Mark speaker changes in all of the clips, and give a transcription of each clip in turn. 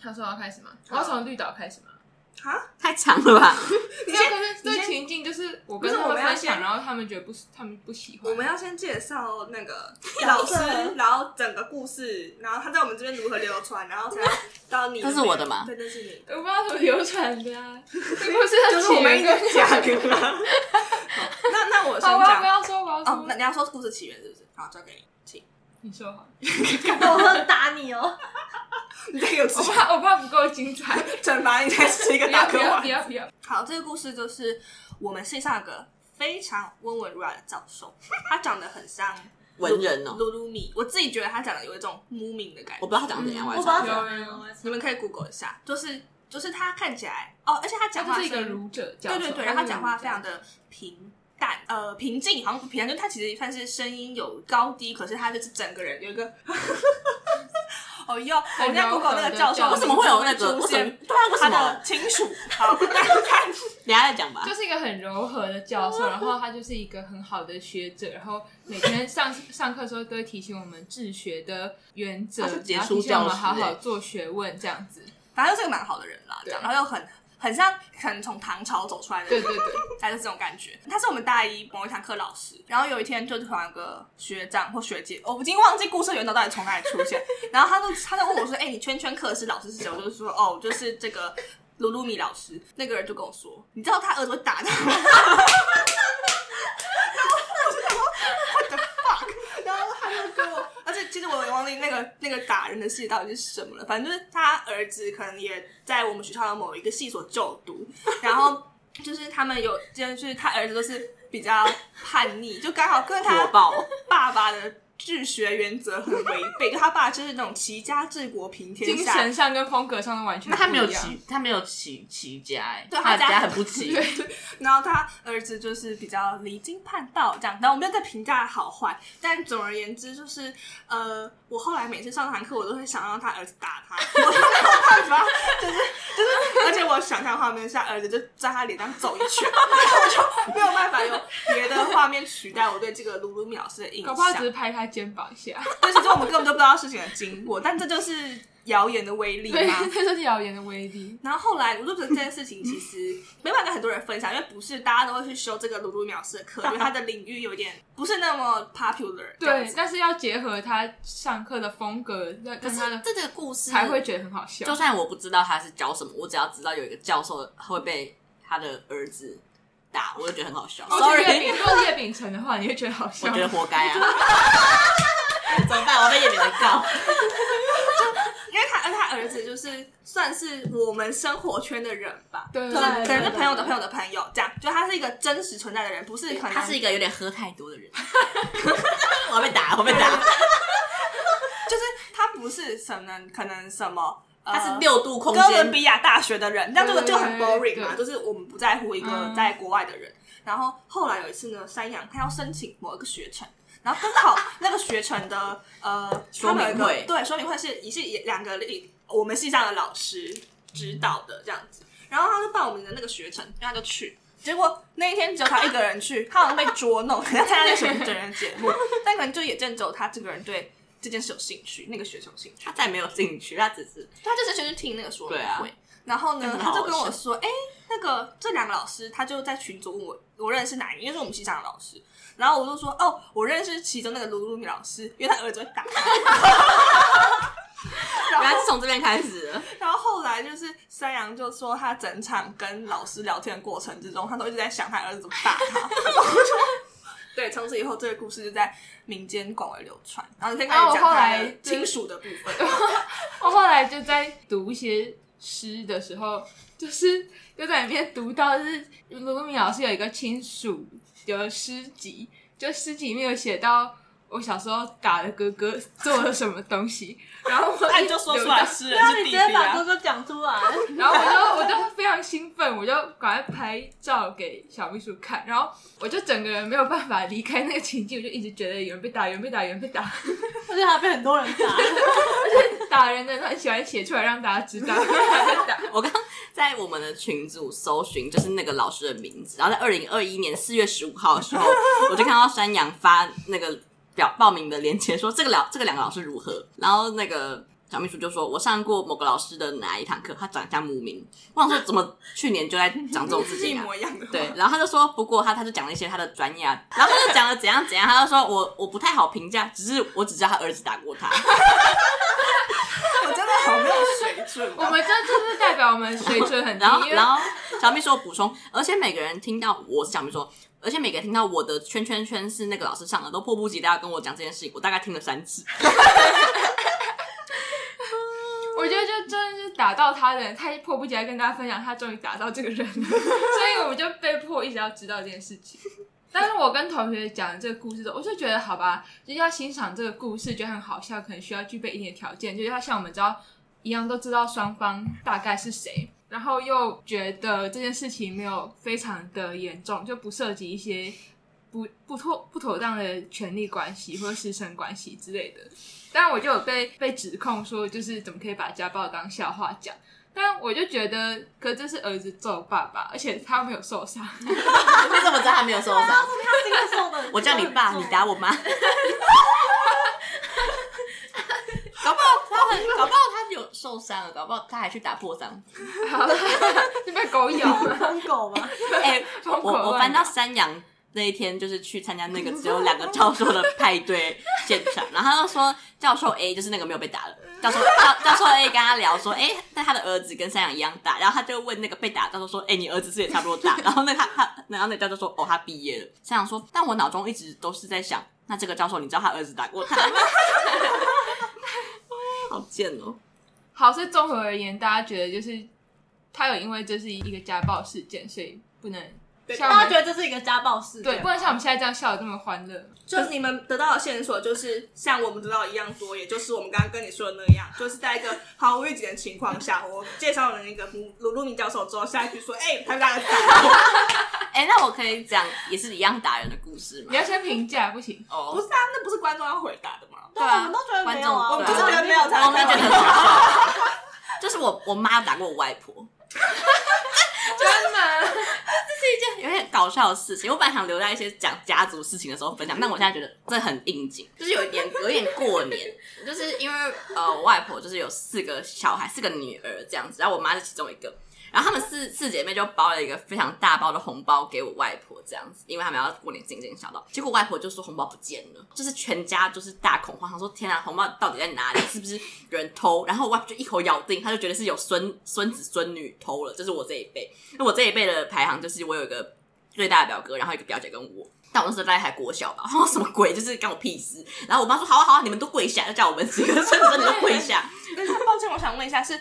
Speaker 1: 他说要开始吗？我要从绿岛开始吗？
Speaker 2: 啊？
Speaker 3: 太长了吧？
Speaker 1: 你看，可是这情境就是我跟他
Speaker 2: 不是我
Speaker 1: 们
Speaker 2: 们要
Speaker 1: 分享，
Speaker 2: 先
Speaker 1: 然后他们觉得不，他们不喜欢。
Speaker 2: 我们要先介绍那个老师，然后整个故事，然后他在我们这边如何流传，然后才到你。
Speaker 3: 这是我的吗
Speaker 2: 对，这是你。
Speaker 1: 我不知道怎么流传的啊，这故事
Speaker 2: 就
Speaker 1: 的
Speaker 2: 是我
Speaker 1: 起
Speaker 2: 们一
Speaker 1: 源
Speaker 2: 直
Speaker 1: 跟
Speaker 2: 讲啊。 好那那我先
Speaker 1: 好，我要不
Speaker 2: 讲。
Speaker 1: 要说？我要
Speaker 2: 哦，
Speaker 1: 说
Speaker 2: 那，你要说故事起源是不是？好，交给你， 请。
Speaker 1: 你说好了，
Speaker 4: 我要打你哦！
Speaker 2: 你这个有
Speaker 1: 我
Speaker 2: 惩
Speaker 1: 怕我怕不够精彩，
Speaker 2: 惩罚，你才是一
Speaker 1: 哦不要
Speaker 2: 个大
Speaker 1: 不
Speaker 2: 哥
Speaker 1: 要
Speaker 2: 丸
Speaker 1: 不。要不要，
Speaker 2: 好，这个故事就是我们系上有个非常温文儒雅的教授，他长得很像
Speaker 3: 文人哦
Speaker 2: 露露米。我自己觉得他长得有一种 m 明的感觉。
Speaker 3: 我不知道他长怎
Speaker 1: 嗯
Speaker 3: 样，我还
Speaker 4: 我
Speaker 3: 是
Speaker 4: 把
Speaker 3: 想
Speaker 4: 它
Speaker 3: 知道
Speaker 1: 有
Speaker 4: 打
Speaker 1: 人
Speaker 4: 了，我要
Speaker 2: 你们可以 Google 一下，就是就是他看起来哦，而且他
Speaker 1: 他
Speaker 2: 讲话
Speaker 1: 就是一个
Speaker 2: 声音
Speaker 1: 儒者教授，
Speaker 2: 对对对，然后他讲话非常
Speaker 1: 的
Speaker 2: 的平淡，呃，平静，好像不平淡，就他其实算是声音有高低，可是他就是整个人有一个。 哦哟，我们在
Speaker 1: 柔
Speaker 2: Google
Speaker 1: 和
Speaker 2: 那个
Speaker 1: 的
Speaker 2: 教授
Speaker 1: 教
Speaker 3: 为什么会有那个？
Speaker 2: 出
Speaker 3: 为什么
Speaker 2: 现？
Speaker 3: 对啊，为
Speaker 2: 他
Speaker 3: 什
Speaker 2: 的
Speaker 3: 么？
Speaker 2: 亲属？好， 大家看
Speaker 3: 等一下再讲吧。
Speaker 1: 就是一个很柔和的教授，然后他就是一个很好的学者，然后每天上上课的时候都会提醒我们治学的原则，
Speaker 3: 他是杰
Speaker 1: 然后
Speaker 3: 出
Speaker 1: 提醒我们
Speaker 3: 教师
Speaker 1: 好好
Speaker 3: 欸
Speaker 1: 做学问这样子。
Speaker 2: 反正是个蛮好的人啦，这样，
Speaker 1: 对
Speaker 2: 然后又很很像可能从唐朝走出来的
Speaker 1: 对
Speaker 2: 人，
Speaker 1: 对 对，
Speaker 2: 他就是这种感觉。他是我们大一某一堂课老师，然后有一天就突然有个学长或学姐，我已经忘记故事原导到底从哪里出现， 然后他就他就问我说：“哎、你圈圈课是老师是谁？”我就说：“哦，就是这个鲁鲁米老师。”那个人就跟我说：“你知道他儿子会打他吗？” 然后我就想说 What the fuck？然后他就跟我，而且其实我也忘记那个那个打人的事到底是什么了。反正就是他儿子可能也在我们学校的某一个系所就读，然后就是他们有，就是他儿子都是比较叛逆，就刚好跟他
Speaker 3: 火爆，
Speaker 2: 爸爸的治学原则很违背，就他爸就是那种齐家治国平天
Speaker 1: 精
Speaker 2: 下，
Speaker 1: 神上跟风格上都完全
Speaker 3: 那他没有
Speaker 1: 不一样
Speaker 3: 齐，他没有齐齐家哎，
Speaker 2: 对
Speaker 3: 他的
Speaker 2: 他家
Speaker 3: 家很 不齐。
Speaker 2: 然后他儿子就是比较离经叛道这样，然后我没有在评价好坏，但总而言之就是，呃，我后来每次上堂课，我都会想让他儿子打他，我都没有办法，就是就是，而且我想象画面是他儿子就在他脸上走一圈，然后我就没有办法有别的画面取代我对这个鲁鲁米老师的印
Speaker 1: 搞不好只
Speaker 2: 象
Speaker 1: 是，拍他肩膀一下，
Speaker 2: 但是就我们根本就不知道事情的经过，但这就是谣言的威力
Speaker 1: 对
Speaker 2: 嘛，。
Speaker 1: 这就是谣言的威力。
Speaker 2: 然后后来，我就觉得这件事情其实没办法跟很多人分享，因为不是大家都会去修这个鲁鲁秒式的课，因为它的领域有点不是那么 popular 这样
Speaker 1: 对
Speaker 2: 子。，
Speaker 1: 但是要结合他上课的风格，那
Speaker 3: 可
Speaker 1: 跟
Speaker 3: 是
Speaker 1: 他的
Speaker 3: 这个故事
Speaker 1: 才会，觉得很好笑
Speaker 3: 就。算我不知道他是教什么，我只要知道有一个教授会被他的儿子打，我就觉得很好笑。
Speaker 1: 如哦果是叶
Speaker 3: Sorry，
Speaker 1: 秉如果是叶秉承的话，你会觉得好
Speaker 3: 我
Speaker 1: 笑
Speaker 3: 觉。得活该啊！ 怎么办？我要被叶明来告。
Speaker 2: 因为他而他儿子就是算是我们生活圈的人吧，
Speaker 1: 对
Speaker 2: 就是可能
Speaker 4: 对
Speaker 2: 是
Speaker 4: 对
Speaker 2: 朋友的朋友的朋友这样，就他是一个真实存在的人，不是可能
Speaker 3: 他是一个有点喝太多的人， 我要被打，我要被打。
Speaker 2: 就是他不是什么可能什么。呃
Speaker 3: 他是六度空
Speaker 2: 哥伦
Speaker 3: 间，
Speaker 2: 比亚大学的人，那这个就很
Speaker 1: 对
Speaker 2: boring 嘛，
Speaker 1: 对
Speaker 2: 就是我们不在乎一个
Speaker 1: 嗯
Speaker 2: 在国外的人。然后后来有一次呢，山羊他要申请某一个学程，然后刚好那个学程的呃，
Speaker 3: 说明
Speaker 2: 他
Speaker 3: 会
Speaker 2: 们有一个对说明会是也是两个我们系上的老师指导的这样子，然后他就报我们的那个学程，然后他就去。结果那一天只有他一个人去，他好像被捉弄，可能参加那什么整人节目， 但可能就也正只有他这个人对这件事有兴趣，那个学程有兴趣。
Speaker 3: 他再没有进去，他只是
Speaker 2: 他就是先去听那个说明
Speaker 1: 啊
Speaker 2: 会，
Speaker 3: 对
Speaker 2: 然后呢，
Speaker 3: 很
Speaker 2: 他
Speaker 3: 好
Speaker 2: 就跟我说，哎、那个这两个老师，他就在群组问我，我认识哪一个？因为是我们系上的老师，然后我就说，哦，我认识其中那个卢露米老师，因为他儿子会打他。
Speaker 3: 原
Speaker 2: 然
Speaker 3: 来
Speaker 2: 后，
Speaker 3: 是从这边开始的。
Speaker 2: 然后后来就是山羊就说，他整场跟老师聊天的过程之中，他都一直在想他儿子怎么打 他。然后我就对，从此以后这个故事就在民间广为流传。然后你可以开
Speaker 1: 然后
Speaker 2: 始
Speaker 1: 我
Speaker 2: 讲
Speaker 1: 后
Speaker 2: 他
Speaker 1: 来
Speaker 2: 的
Speaker 1: 就是
Speaker 2: 亲属的部分。
Speaker 1: 我后来就在读一些诗的时候，就是就在里面读到，就是卢米老师有一个亲属的诗集，就诗集里面有写到我小时候打的哥哥做了什么东 西，然后我
Speaker 2: 那你就说出来，诗
Speaker 4: 对
Speaker 2: 人
Speaker 4: 啊，
Speaker 2: 是弟
Speaker 4: 你直
Speaker 2: 弟
Speaker 4: 接把
Speaker 2: 啊
Speaker 4: 哥。哥讲出来，
Speaker 1: 然后我就我就非常兴奋，我就赶快拍照给小秘书看，然后我就整个人没有办法离开那个情境，我就一直觉得有人被打，有人被打，有人被打，
Speaker 4: 而且还被很多人 打。
Speaker 1: 打人的都很喜欢写出来让大家知道 他被打。
Speaker 3: 我刚在我们的群组搜寻，就是那个老师的名字，然后在二零二一年四月十五号的 时候，我就看到山羊发那个表报名的链接，说这个老这个两个老师如何，然后那个小秘书就说：“我上过某个老师的哪一堂课，他长得像牧民。”我想说，怎么去年就在讲这种事
Speaker 2: 一
Speaker 3: 情啊？
Speaker 2: 模一样的话。
Speaker 3: 对，然后他就说，不过他他就讲了一些他的专业啊，然后他就讲了怎样怎样，他就说我我不太好评价，只是我只知道他儿子打过他。
Speaker 2: 我真的好没有水准
Speaker 1: 我
Speaker 2: 啊。
Speaker 1: 们这就是代表我们水准很低，
Speaker 3: 然后
Speaker 1: 因为
Speaker 3: 然后小秘书有补充，而且每个人听到我是小秘书，而且每个人听到我的圈圈圈是那个老师上的，都迫不及待要跟我讲这件事情，我大概听了三 次。
Speaker 1: 我觉得就真的是打到他的人，他迫不及待跟大家分享，他终于打到这个人 了，所以我们就被迫一直要知道这件事情。但是我跟同学讲这个故事的时候，我就觉得好吧，就是要欣赏这个故事，觉得很好笑，可能需要具备一定的条件，就是要像我们知道一样，都知道双方大概是谁，然后又觉得这件事情没有非常的严重，就不涉及一些不不妥不妥当的权利关系或师生关系之类的。当然，我就有被被指控说，就是怎么可以把家暴当笑话讲。但我就觉得，可这是儿子揍爸爸，而且他没有受 伤，
Speaker 3: 你怎么知道他没有受伤？
Speaker 4: 他这个送的，
Speaker 3: 我叫你爸，
Speaker 4: 这个
Speaker 3: 你
Speaker 4: 很重
Speaker 3: 打我 妈。搞不好他 很，搞不好他有受伤了，搞不好他还去打破伤。
Speaker 1: 就被狗咬了。
Speaker 4: 疯狗吗？
Speaker 3: 哎、
Speaker 1: 疯狗
Speaker 3: 我
Speaker 1: 乱咬
Speaker 3: 我翻到山羊那一天，就是去参加那个只有两个教授的派对现场，然后他就说教授 A 就是那个没有被打的教授，教教授 A 跟他聊说，哎、那他的儿子跟山羊一样大，然后他就问那个被打的教授说，哎、你儿子是不是也差不多大？然后那他他，然后那个教授说，哦，他毕业了。山羊说，但我脑中一直都是在想，那这个教授你知道他儿子打过他吗？ 好贱哦！
Speaker 1: 好，所以综合而言，大家觉得就是他有因为这是一个家暴事件，所以不能像我
Speaker 4: 大家
Speaker 1: 们
Speaker 4: 觉得这是一个家暴事件
Speaker 1: 对，
Speaker 4: 吗，
Speaker 1: 不能像我们现在这样笑的这么欢乐。
Speaker 2: 就是你们得到的线索，就是像我们得到的一样多，也就是我们刚刚跟你说的那样，就是在一个毫无预警的情况下，我介绍了那个卢卢路明教授之后，下一句说，哎、他大概打 过，
Speaker 3: 哎、那我可以讲也是一样打人的故事吗
Speaker 1: 你？要先评价，不行。
Speaker 3: 哦
Speaker 2: 不是啊，那不是观众要回答的吗？
Speaker 4: 对啊，我们都觉得没有啊，
Speaker 3: 观众
Speaker 2: 对啊我们就是觉得没有才
Speaker 3: 我没有觉得很好 笑，就是我我妈打过我外 婆，
Speaker 1: 真的？
Speaker 3: 这有点搞笑的事情。我本来想留在一些讲家族事情的时候分享，但我现在觉得这很应景，嗯就是有一 点有一点过年，就是因为呃我外婆就是有四个小孩，四个女儿这样子，然后我妈是其中一个。然后她们四四姐妹就包了一个非常大包的红包给我外婆，这样子，因为他们要过年进进小道。结果外婆就说红包不见了，就是全家就是大恐慌，她说天啊，红包到底在哪里？是不是有人偷？然后我外婆就一口咬定，她就觉得是有孙孙子孙女偷了，这是我这一辈。那我这一辈的排行就是我有一个最大的表哥，然后一个表姐跟我。但我那时候大概还国小吧， 然后什么鬼，就是干我屁事。然后我妈说：“好啊好啊，你们都跪下，就叫我们几个孙子孙女都跪下。”
Speaker 2: 但是抱歉，我想问一下，是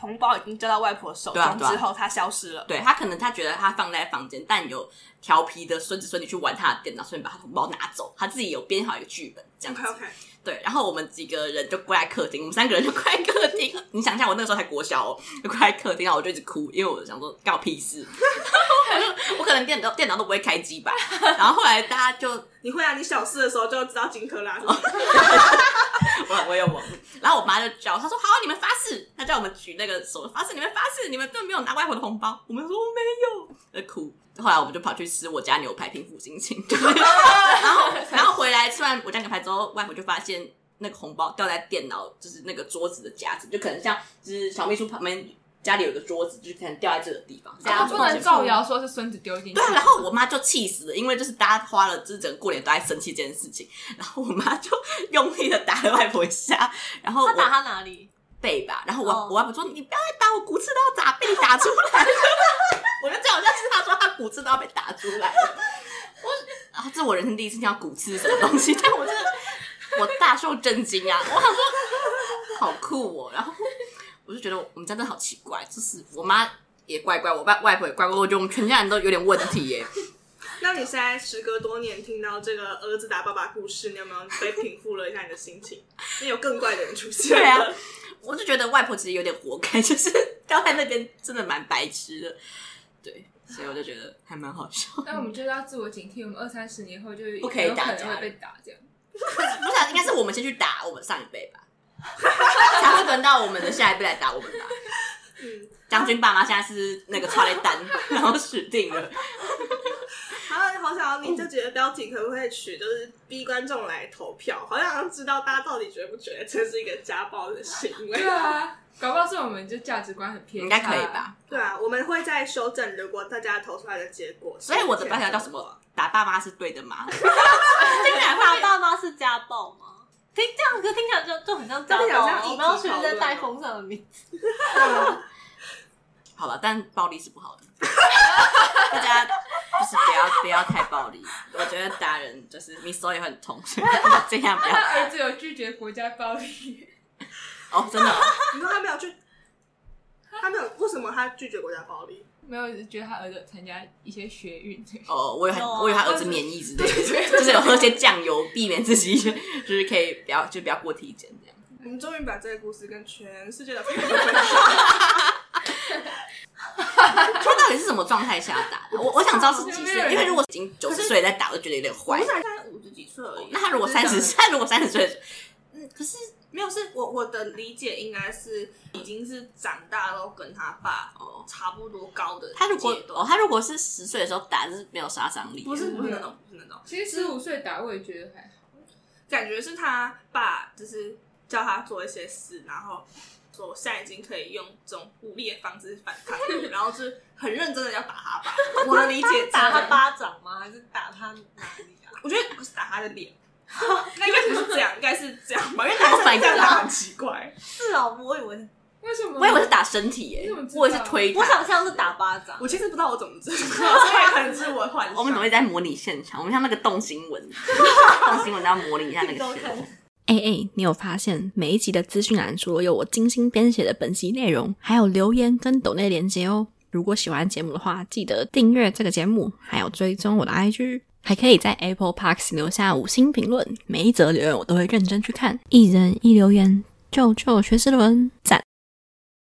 Speaker 2: 红包已经交到外婆手
Speaker 3: 对啊
Speaker 2: 中
Speaker 3: 对啊
Speaker 2: 之后，它消失了？
Speaker 3: 对他可能他觉得他放在房间，但有调皮的孙子孙女去玩他的电脑，顺便把他的红包拿走，他自己有编好一个剧本这样子。
Speaker 2: OK，
Speaker 3: 对，然后我们几个人就跪在客厅，我们三个人就跪在客厅。你想一下，我那个时候才国小哦，就跪在客厅，然后我就一直哭，因为我想说干我屁事， 我就我可能电脑电脑都不会开机吧。然后后来大家就
Speaker 2: 你会啊，你小四的时候就知道金克拉是 不是
Speaker 3: 我我有我，然后我妈就叫，她说好，你们发誓，她叫我们举那个手发誓，你们发誓，你们都没有拿外婆的红包，我们说我没有，在哭。后来我们就跑去吃我家牛排，平复心情。 就是然后然后回来吃完我家牛排之后，外婆就发现那个红包掉在电脑，就是那个桌子的夹子，就可能像就是小秘书旁边家里有个桌子，就可能掉在这个地方。这
Speaker 1: 然
Speaker 3: 样
Speaker 1: 后
Speaker 3: 子
Speaker 1: 啊不
Speaker 3: 放
Speaker 1: 能
Speaker 3: 钱
Speaker 1: 造谣说是孙子丢进去
Speaker 3: 对。啊，然后我妈就气死了，因为就是大家花了就是整个过年都在生气这件事情，然后我妈就用力的打了外婆一下，然后
Speaker 4: 他
Speaker 3: 我
Speaker 4: 打他哪里？
Speaker 3: 背吧，然后我、
Speaker 4: 哦
Speaker 3: 我外婆说你不要再打我骨刺都要打被你打出来了， 我就叫我家是她说她骨刺都要被打出来了，我啊这是我人生第一次听到骨刺是什么东西，但我真的我大受震惊啊，我想说好酷哦，然后我就觉得我们家真的好奇怪，就是我妈也怪怪，我爸外婆也怪怪，我觉得我们全家人都有点问题耶。
Speaker 2: 那你现在时隔多年听到这个儿子打爸爸故事，你有没有被平复了一下你的心 情？因为有更怪的人出现
Speaker 3: 对
Speaker 2: 了
Speaker 3: 啊。我就觉得外婆其实有点活该， 就是掉在那边真的蛮白痴的，对，所以我就觉得还蛮好笑。
Speaker 1: 但我们就是要自我警惕，我们二三十年后就
Speaker 3: 不可以
Speaker 1: 有
Speaker 3: 打
Speaker 1: 可
Speaker 3: 架
Speaker 1: 能会被打这样。
Speaker 3: 不是啊，应该是我们先去打我们上一辈 吧，才会轮到我们的下一辈来打我们吧。嗯 将军爸妈现在是那个穿了单，然后死定了。
Speaker 2: 然后好想要你这集的标题可不可以取就是逼观众来投票？好想要知道大家到底觉不觉得这是一个家暴的行为
Speaker 1: 对？啊，搞不好是我们就价值观很偏
Speaker 3: 应
Speaker 1: 差，
Speaker 3: 该可以吧？？
Speaker 2: 对啊，我们会再修正，如果大家投出来的结果。
Speaker 3: 所以我的标题叫什么？？打爸妈是对的吗？
Speaker 4: 听起来爸爸妈是家暴吗？听这样子听起来就就很像家
Speaker 2: 这听起来
Speaker 4: 暴
Speaker 2: 像
Speaker 4: 啊。
Speaker 2: 一
Speaker 4: 我们要
Speaker 2: 起
Speaker 4: 学
Speaker 2: 讨
Speaker 4: 着
Speaker 2: 论
Speaker 4: 带
Speaker 2: 哦
Speaker 4: 风扇的名字。
Speaker 3: 好了，但暴力是不好的，大家就是不要不要太暴力。我觉得打人就是你手也会很痛，所以尽量不要。
Speaker 1: 他儿子有拒绝国家暴力，
Speaker 3: 哦，真的哦、
Speaker 2: 你说他没有去，他没有为什么他拒绝国家暴力？
Speaker 1: 没有，我只是觉得他儿子有参加一些学运，
Speaker 3: 哦，我有很
Speaker 4: 有啊
Speaker 3: 我有他儿子免疫之类的，就是有喝些酱油，避免自己 就是可以不要就不要过体检这样。
Speaker 2: 我们终于把这个故事跟全世界的朋友分享。
Speaker 3: 他到底是什么状态下打的？我我想知道是几岁，因为如果已经九十岁再打，我就觉得有 点
Speaker 2: 我
Speaker 3: 坏
Speaker 2: 不。是现在五十几岁而已，
Speaker 3: 那他如果
Speaker 2: 就是
Speaker 3: 三十，
Speaker 2: 长得
Speaker 3: 他如果三十岁，嗯，可是
Speaker 2: 没有，是我我的理解应该是已经是长大都跟他爸
Speaker 3: 哦
Speaker 2: 差不多高的
Speaker 3: 他如果
Speaker 2: 阶段
Speaker 3: 哦，他如果是十岁的时候打，就是没有杀伤力。
Speaker 2: 不是不是那种不是那种，
Speaker 1: 其实十五岁打我也觉得还好，
Speaker 2: 感觉是他爸就是叫他做一些事，然后说我现在已经可以用这种武力的方式反抗 你，然后就是很认真的要打他爸。我的理解
Speaker 4: 打他
Speaker 2: 爸，
Speaker 4: 巴掌吗？还是打他哪里 啊？
Speaker 2: 我觉得不是打他的 脸。那应该不是这样，应该是这样吧，因为男
Speaker 3: Oh
Speaker 2: 生
Speaker 3: my
Speaker 2: 这样打
Speaker 3: God
Speaker 2: 很奇怪。
Speaker 4: 是
Speaker 2: 哦
Speaker 4: 啊，我以为
Speaker 1: 为什么？
Speaker 3: 我以为是打身体耶、
Speaker 1: 你怎么知道
Speaker 3: 我也是推
Speaker 4: 我
Speaker 3: 他。
Speaker 4: 想象是打巴掌
Speaker 2: 我。其实不知道我怎么知道，所以可能是我的幻想。
Speaker 3: 我们怎么会在模拟现场？我们像那个动新 闻，动新闻都要模拟一下那个
Speaker 4: 都
Speaker 3: 事。
Speaker 4: 看
Speaker 5: 哎哎，你有发现每一集的资讯栏除了有我精心编写的本集内容，还有留言跟抖内连接哦。如果喜欢节目的话，记得订阅这个节目，还有追踪我的 IG，还可以在 Apple Parks 留下五星评论，每一则留言我都会认真去看，一人一留言，救救学之伦，赞！